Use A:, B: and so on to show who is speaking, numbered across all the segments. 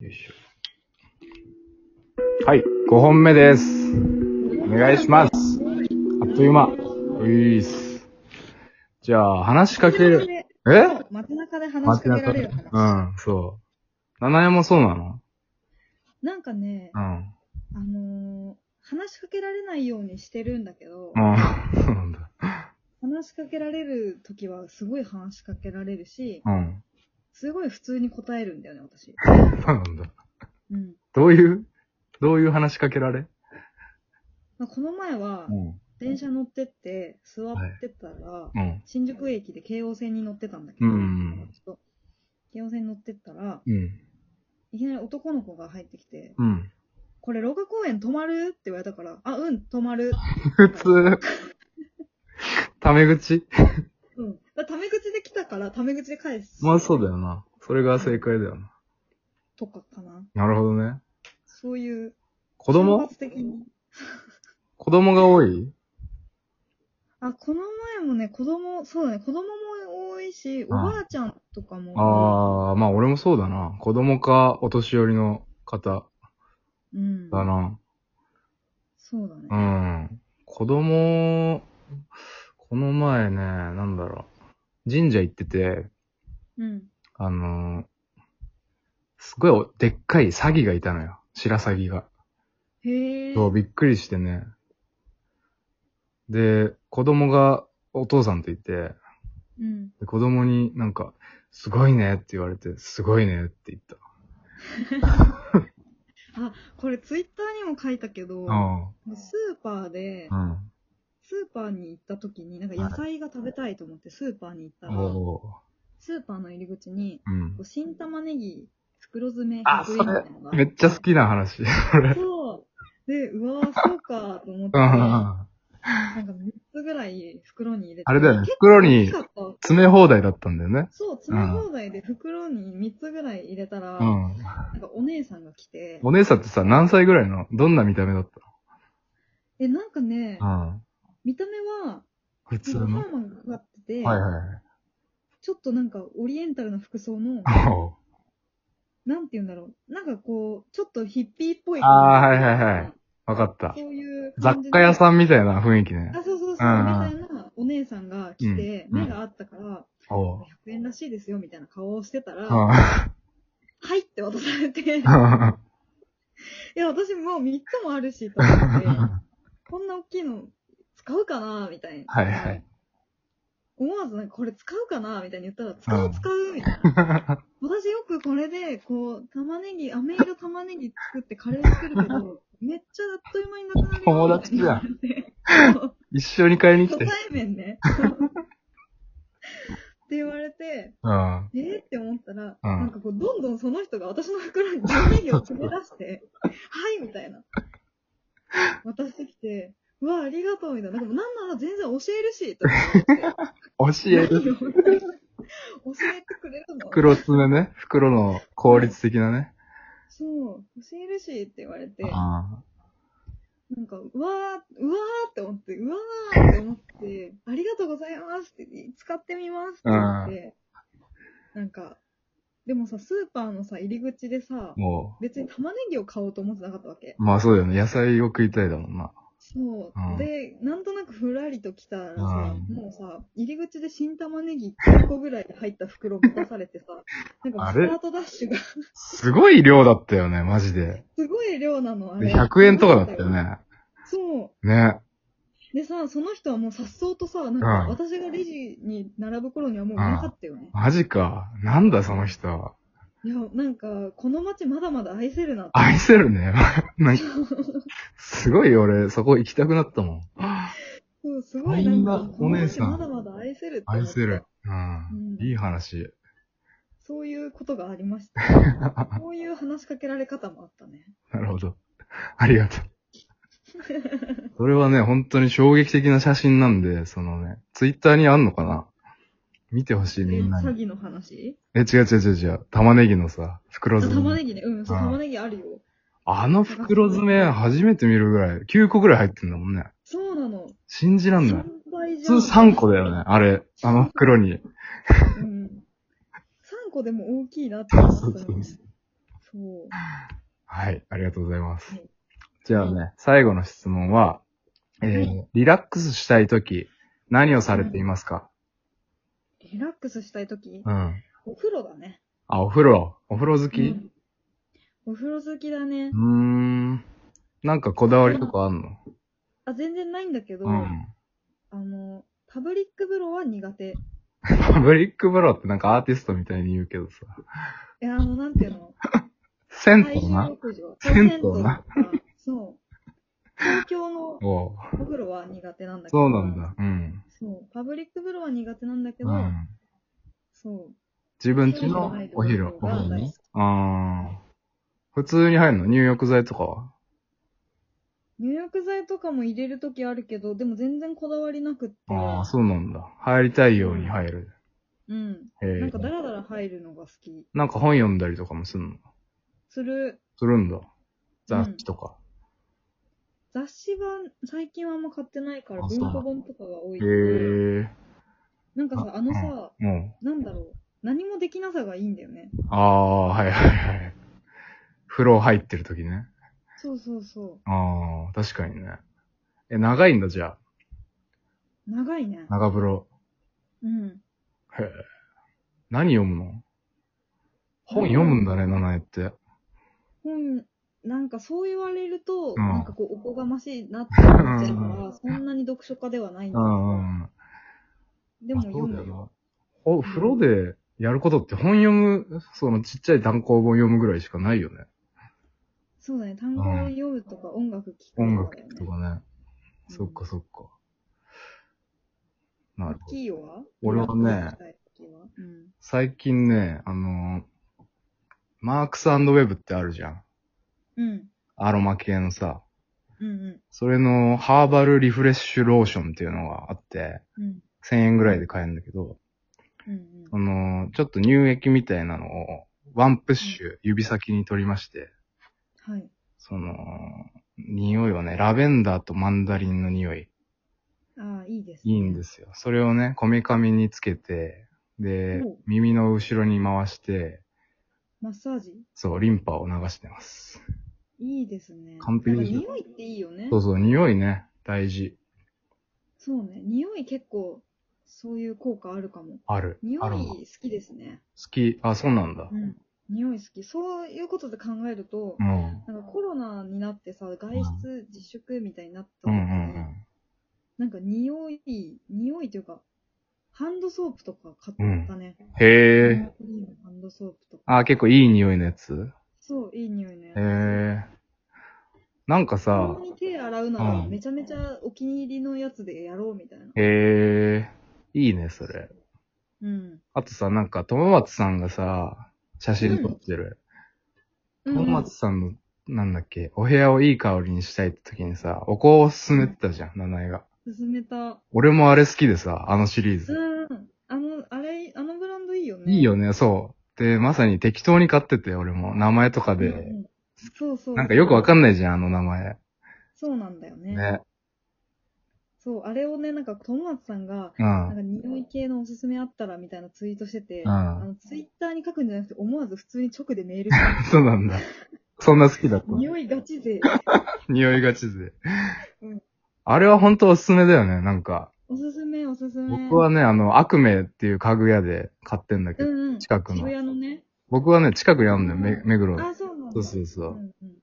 A: よいしょ。はい、5本目です。お願いします。あっという間。ういーす。じゃあ、話しかける。え
B: 街中で話し
A: 街
B: かけら
A: 中
B: れる
A: で。
B: 話。
A: うん、そう。七重もそうなの
B: なんかね、
A: うん。
B: あのー話しかけられないようにしてるんだけど、
A: うん、そうなんだ。
B: 話しかけられるときはすごい話しかけられるし、
A: うん。
B: すごい普通に答えるんだよね、私。
A: そうなんだ。
B: うん。
A: どういう、どういう話しかけられ
B: まあ、この前は、
A: ん。
B: 電車乗ってって、座ってたら、
A: うん。
B: 新宿駅で京王線に乗ってたんだけど、
A: うん
B: 友達と京王線に乗ってったら、
A: うん。
B: いきなり男の子が入ってきて、
A: うん。
B: これ、廊下公園止まるって言われたから、あ、うん、止まる。
A: 普通。タメ口
B: うん。だからタメ口で来たから、タメ口で返す。
A: まあそうだよな。それが正解だよな。
B: とかかな。
A: なるほどね。
B: そういう。
A: 子
B: 瞬
A: 供
B: 発的に。
A: 子供が多い
B: あ、この前もね、子供、そうだね、子供も多いし、おばあちゃんとかも
A: ああ、まあ俺もそうだな。子供かお年寄りの方
B: 多い。うん。
A: だな。
B: そうだね。
A: うん。子供、この前ね、なんだろう。神社行ってて、
B: うん。
A: あのーすごいおでっかいサギがいたのよ。白サギが。
B: へえ。
A: そう、びっくりしてね。で、子供がお父さんといて、
B: うん。
A: で子供になんか、すごいねって言われて、すごいねって言った。
B: これ、ツイッターにも書いたけど、
A: うん。
B: スーパーで
A: う、ん。
B: スーパーに行った時に、なんか野菜が食べたいと思ってスーパーに行ったら、
A: おー
B: スーパーの入り口に、
A: うん
B: こう。新玉ねぎ袋詰め
A: あ
B: 100円みたいなのが
A: めっちゃ好きな話。
B: そう。で、うわーそうかと思って、
A: うんうんう
B: なん
A: ん
B: か3つぐらい袋に入れて。
A: あれだよね
B: 結構
A: 袋に
B: 大きかった
A: 詰め放題だったんだよね。
B: そう、詰め放題で袋に3つぐらい入れたら、
A: うん。
B: なんかお姉さんが来て、
A: お姉さんってさ、何歳ぐらいのどんな見た目だっ
B: え、なんかね
A: た、うん。
B: 見た目は、
A: 普通
B: なんか
A: の。
B: パ
A: は
B: ーマがかかってて、
A: いはい
B: ちょっとなんかオリエンタルな服装の、
A: はい。おう
B: なんて言うんだろう、なんかこう、ちょっとヒッピーっぽい
A: あー
B: 感じ
A: はいはいはい。わかった。
B: そういう
A: 雑貨屋
B: ん。
A: さんみたいな雰囲気ね。
B: あ、そうそうそう、みたい
A: うん
B: なお姉さんが来て、
A: うん
B: 目があったから、
A: おう。
B: 100円らしいですよみたいな顔をしてたら、
A: うん
B: はいって渡されて、い
A: うん
B: や、私もう3つもあるし、と思って、こんな大きいの使うかなみたいな。
A: はいはい。
B: 思わずなんかこれ使うかなみたいに言ったら、使
A: う
B: うん使うみたいな。私よくこれで、こう、玉ねぎ、飴色玉ねぎ作ってカレー作るけど、めっちゃあっという間になくなるよ
A: 友達じゃん
B: みたいな言われて。
A: 一緒に買いに来
B: 初
A: て
B: 対。面ね。って言われて、
A: うん。
B: えー、って思ったら、
A: うん
B: なんかこう、どんどんその人が私の袋に玉ねぎを詰め出して、 はいみたいな。渡してきて、うわ、ありがとうみたいな。なんかなんなら全然教えるし、とか
A: 教
B: 言
A: え
B: って。
A: る。
B: 教えてくれるの
A: 袋詰めね。袋の効率的なね。
B: そう、教えるしって言われて、
A: うん。
B: な
A: あ
B: んか、うわー、うわーって思って、うわーって思って、ありがとうございますって、使ってみますって言って、なんか、でもさ、スーパーのさ、入り口でさ、
A: も
B: 別に玉ねぎを買おうと思ってなかったわけ。
A: う。まあそうだよね。野菜を食いたいだもんな。
B: そう
A: うん。
B: で、なんとなくふらりと来たらさ、
A: うん
B: もうさ、入り口で新玉ねぎ9個ぐらい入った袋持たされてさ、なんか
A: あ
B: ス
A: れ
B: タートダッシュがす
A: すごい量だったよね、マジで。
B: ごい量なの、あれ。
A: で100円とかだったよ。ね。
B: そ
A: ね。
B: う。でさ、その人はもう颯爽とさ、なん
A: う
B: か
A: ん
B: 私がレジに並ぶ頃にはもういなかったよね。
A: マジか。なんだその人は。
B: いや、なんか、この街まだまだ愛せるなって。
A: 愛せるね。 なんか、すごい俺、そこ行きたくなったもん。
B: そうすごいなん
A: こん
B: か
A: な、
B: この
A: お姉
B: 街
A: さん
B: まだまだ愛せるって思っ
A: 愛
B: た
A: せる。。う
B: うん
A: ん。いい話。
B: そういうことがあり ました。こういう話しかけられ方もあったね。
A: なるほど。ありがとう。それはね、本当に衝撃的な写真なんで、そのね、ツイッターにあんのかな見てほしい、
B: え
A: みんな
B: 詐
A: に。
B: 欺の話
A: え、違う違う違う違う。玉ねぎのさ、袋
B: あ
A: 詰
B: 玉
A: め。
B: ねぎね。うん、そう、
A: うん
B: 玉ねぎあるよ。
A: あの袋詰め初めて見るぐらい、9個ぐらい入ってんだもんね。
B: そうなの。
A: 信じらんない。
B: 3倍じゃ
A: 普
B: ん。
A: 通3個だよね、あれ。あの袋に。
B: うん。3個でも大きいなって思ったのに
A: そうそうそ
B: そう。
A: はい、ありがとうございます
B: はい。
A: じゃあね、最後の質問は、えーリラックスしたいとき、何をされていますか
B: リラックスしたいとき、
A: うん。
B: お風呂だね。
A: あ、お風呂。お風呂好き、
B: うんお風呂好きだね
A: う。ーん。なんかこだわりとかあんの
B: あ、全然ないんだけど、
A: うん。
B: あの、パブリック風呂は苦手。い
A: パブリック風呂ってなんかアーティストみたいに言うけどさ。
B: や、あの、なんていうの
A: 銭
B: 大
A: 湯
B: 衆
A: な
B: 浴場。
A: 銭湯
B: そう
A: な。
B: 銭湯とかそう。東京の
A: おう
B: お風呂は苦手なんだけど。
A: そうなん。だ。うん。
B: そう。パブリック風呂は苦手なんだけど、
A: うん、
B: そう。
A: 自分家のお
B: 銭湯
A: 昼
B: じゃない、と
A: お
B: ころが
A: 昼
B: 大
A: ね
B: 好き。
A: あー普通に入るの入浴剤とかは
B: 入浴剤とかも入れるときあるけど、でも全然こだわりなくって。
A: ああ、そうなんだ。入りたいように入る。
B: うん。
A: へ
B: なん
A: え
B: か。ダラダラ入るのが好き。
A: なんか本読んだりとかもするの
B: する。
A: するんだ。雑誌とか。
B: 雑誌は最近はあんま買ってないから
A: あそう
B: 文
A: なの
B: 庫本とかが多い
A: へ
B: け
A: え
B: ど、。なんかさ、あのさ、
A: うん。
B: なんだろう。何もできなさがいいんだよね。
A: ああ、はいはいはい。風呂入ってる時ね。
B: そうそうそ
A: ああ、確かにね。え、長いんだ、じゃ
B: う。長いね
A: あ。。長風呂。
B: うん。
A: へえ。何読むの本読むんだね、ナナエって。
B: 本、なんかそう言われると、
A: うん
B: なんかこう、おこがましいなって思っちゃうから、そんなに読書家ではないんだ
A: う
B: け
A: ん
B: ど、
A: うんうん。
B: でも
A: あそ
B: 読
A: うだ
B: む
A: よ
B: よ。
A: な。お、風呂でやることって本読む、そのちっちゃい単行本読むぐらいしかないよね。
B: そうだね。単語を読むとか、音楽聴くとかだ
A: 音
B: よね。
A: 楽聴くとかね。
B: うん
A: そっかそっか。なるほど。
B: キーヨは
A: 俺はね。
B: うん。
A: 最近ね、あのーマークスウェブってあるじゃん。
B: うん。
A: アロマ系のさ。
B: うん
A: それのハーバルリフレッシュローションっていうのがあって、
B: うん。うん。
A: 1000円ぐらいで買えるんだけど、
B: うん
A: あのーちょっと乳液みたいなのを、ワンプッシュ、指先に取りまして、
B: うん。はい。
A: その、匂いはね、ラベンダーとマンダリンの匂い、
B: ああ、いいです、
A: いいん
B: す。
A: ですよ。それをね、こめかみにつけて、で
B: おう、
A: 耳の後ろに回して、
B: マッサージ
A: そう、リンパを流してます。
B: いいですね。
A: 完璧でしょ
B: なんか匂いっていいよね。
A: そうそう、匂いね、大事。
B: そうね。匂い結構、そういう効果あるかも。
A: ある。
B: 匂
A: ある
B: い
A: 好
B: 好きですね。
A: き。あ、そうなんだ
B: う。ん。匂い好き。そういうことで考えると、
A: うん。
B: なんかコロナになってさ、外出自粛みたいになった
A: う
B: 時
A: んう
B: に、
A: ん
B: なんか匂い、匂いというか、ハンドソープとか買ったね。
A: うん。へえ。
B: クリームハンドソープとか。
A: あ、結構いい匂いのやつ
B: そう、いい匂いね。
A: へえ。なんかさ
B: 顔、に手洗うなら、
A: うん
B: めちゃめちゃお気に入りのやつでやろうみたいな。
A: へえ。いいね、それ。
B: うん。
A: あとさ、なんか、友松さんがさ、写真撮ってる。友松さんの、なんだっけ、お部屋をいい香りにしたいって時にさ、お香を勧めてたじゃん、名前が。
B: うん進めた。
A: 俺もあれ好きでさ、あのシリーズ。
B: うん。あの、あれ、あのブランドいいよね。
A: いいよね、そう。で、まさに適当に買ってて、俺も。名前とか
B: うんうん。
A: で。
B: そうそう。
A: なんかよくわかんないじゃん、あの名前。
B: そうなんだよね。
A: ね。
B: そう、あれをね、なんか友松さんが、
A: う
B: なん
A: ん。
B: か匂い系のおすすめあったらみたいなツイートしてて、
A: うん
B: あのツイッターに書くんじゃなくて思わず普通に直でメール した。
A: そうなんだ。そんな好きだった。
B: 匂いがちで、
A: 匂いがちで
B: うん。
A: あれは本当おすすめだよね、なんか。
B: おすすめおすすめ。
A: 僕はね、あの、悪名っていう家具屋で買ってんだけ
B: う
A: ど、
B: んうん、
A: 近くの
B: 渋谷のね。
A: 僕はね、近くにあるんだよ、め、目黒の。
B: あ、そうなんだ。
A: そうそうそうう。
B: んうん、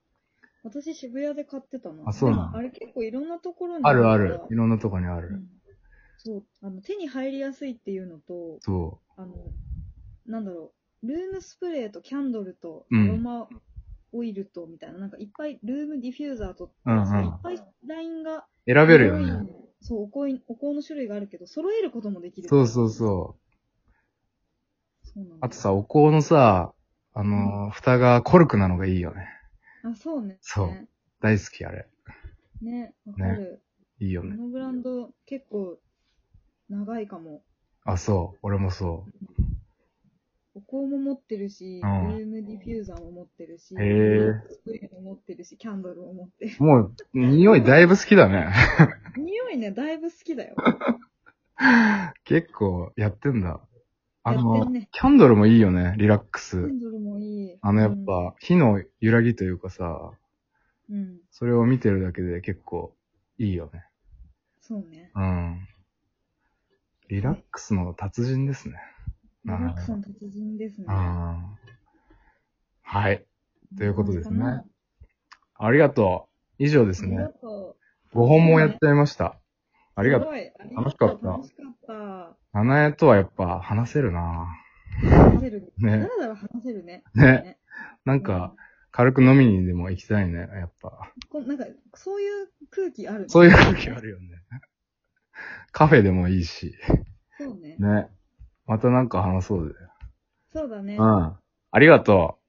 B: 私、渋谷で買ってたな。
A: あそうなの
B: でもあれ結構いろんなところに
A: ある
B: か
A: あ
B: ら
A: る。いろんなとこにあ
B: う
A: る。
B: んそうあの。手に入りやすいっていうのと、
A: そ
B: あの、なんだろう、ルームスプレーとキャンドルと
A: うん
B: アロマオイルとみたいな、なんかいっぱいルームディフューザーと、
A: うんうん
B: そういっぱいラインが、
A: う。選べるよね。
B: そうお香い、お香の種類があるけど、揃えることもできる。
A: そうそう
B: う。
A: そう。
B: そうなんだ
A: あとさ、お香のさ、あのー、蓋がコルクなのがいいよね。
B: あ、そうね。
A: そう
B: ね。
A: 大好き、あれ。
B: ね、わかる。
A: いいよ
B: こ
A: ね。
B: のブランド、結構、長いかも。
A: あ、そう。俺もそ
B: お香も持ってるし、
A: うん
B: ルームディフューザーも持ってるし、
A: へー
B: スプレーも持ってるし、キャンドルも持ってる。
A: う。もう、匂いだいぶ好きだね。
B: 匂いね、だいぶ好きだよ。
A: 結構、やってんだ。あ
B: やっ
A: の、
B: てんね
A: キャンドルもいいよね、リラック
B: キャ
A: ス。
B: ンドルもいい。
A: あの、やっぱ、火の揺らぎというかさ、
B: うん。うん。
A: それを見てるだけで結構いいよね。
B: そうね。
A: うん。リラックスの達人ですね。
B: リラックスの達人ですね。
A: うん。はい。ということですね
B: こんな感
A: ありがとう。以上で
B: じ
A: す
B: かなありが
A: ね。
B: とう。
A: 5本もやっちゃいました。ありがと
B: す
A: う。
B: ごいありがとう。
A: 楽しかった
B: 楽しか
A: 七重とはやっぱ話せるな
B: った。話せる。だら
A: ね。
B: だら話せるね。
A: ね。
B: ね
A: なんか、、軽く飲みにでも行きたいね、やっぱ。
B: うんこなんか、そういう空気あるね
A: そういう空気あるよね。カフェでもいいし。
B: そうね。
A: ね。またなんか話そうぜ。
B: そうだね。
A: う
B: あ
A: ん。ありがと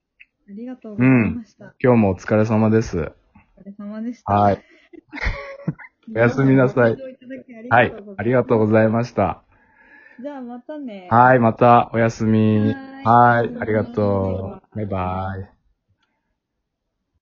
B: りがとうございました。
A: う。今日もお疲れ様です。
B: お疲れ様でした。
A: はい。おやすみなさい
B: ご視聴ただきあり
A: は
B: が
A: い
B: とうございます。
A: ありがとうございました。
B: じゃあまたね。
A: はい、またおやすみ。
B: は
A: はいい、ありがとう。バイバイ。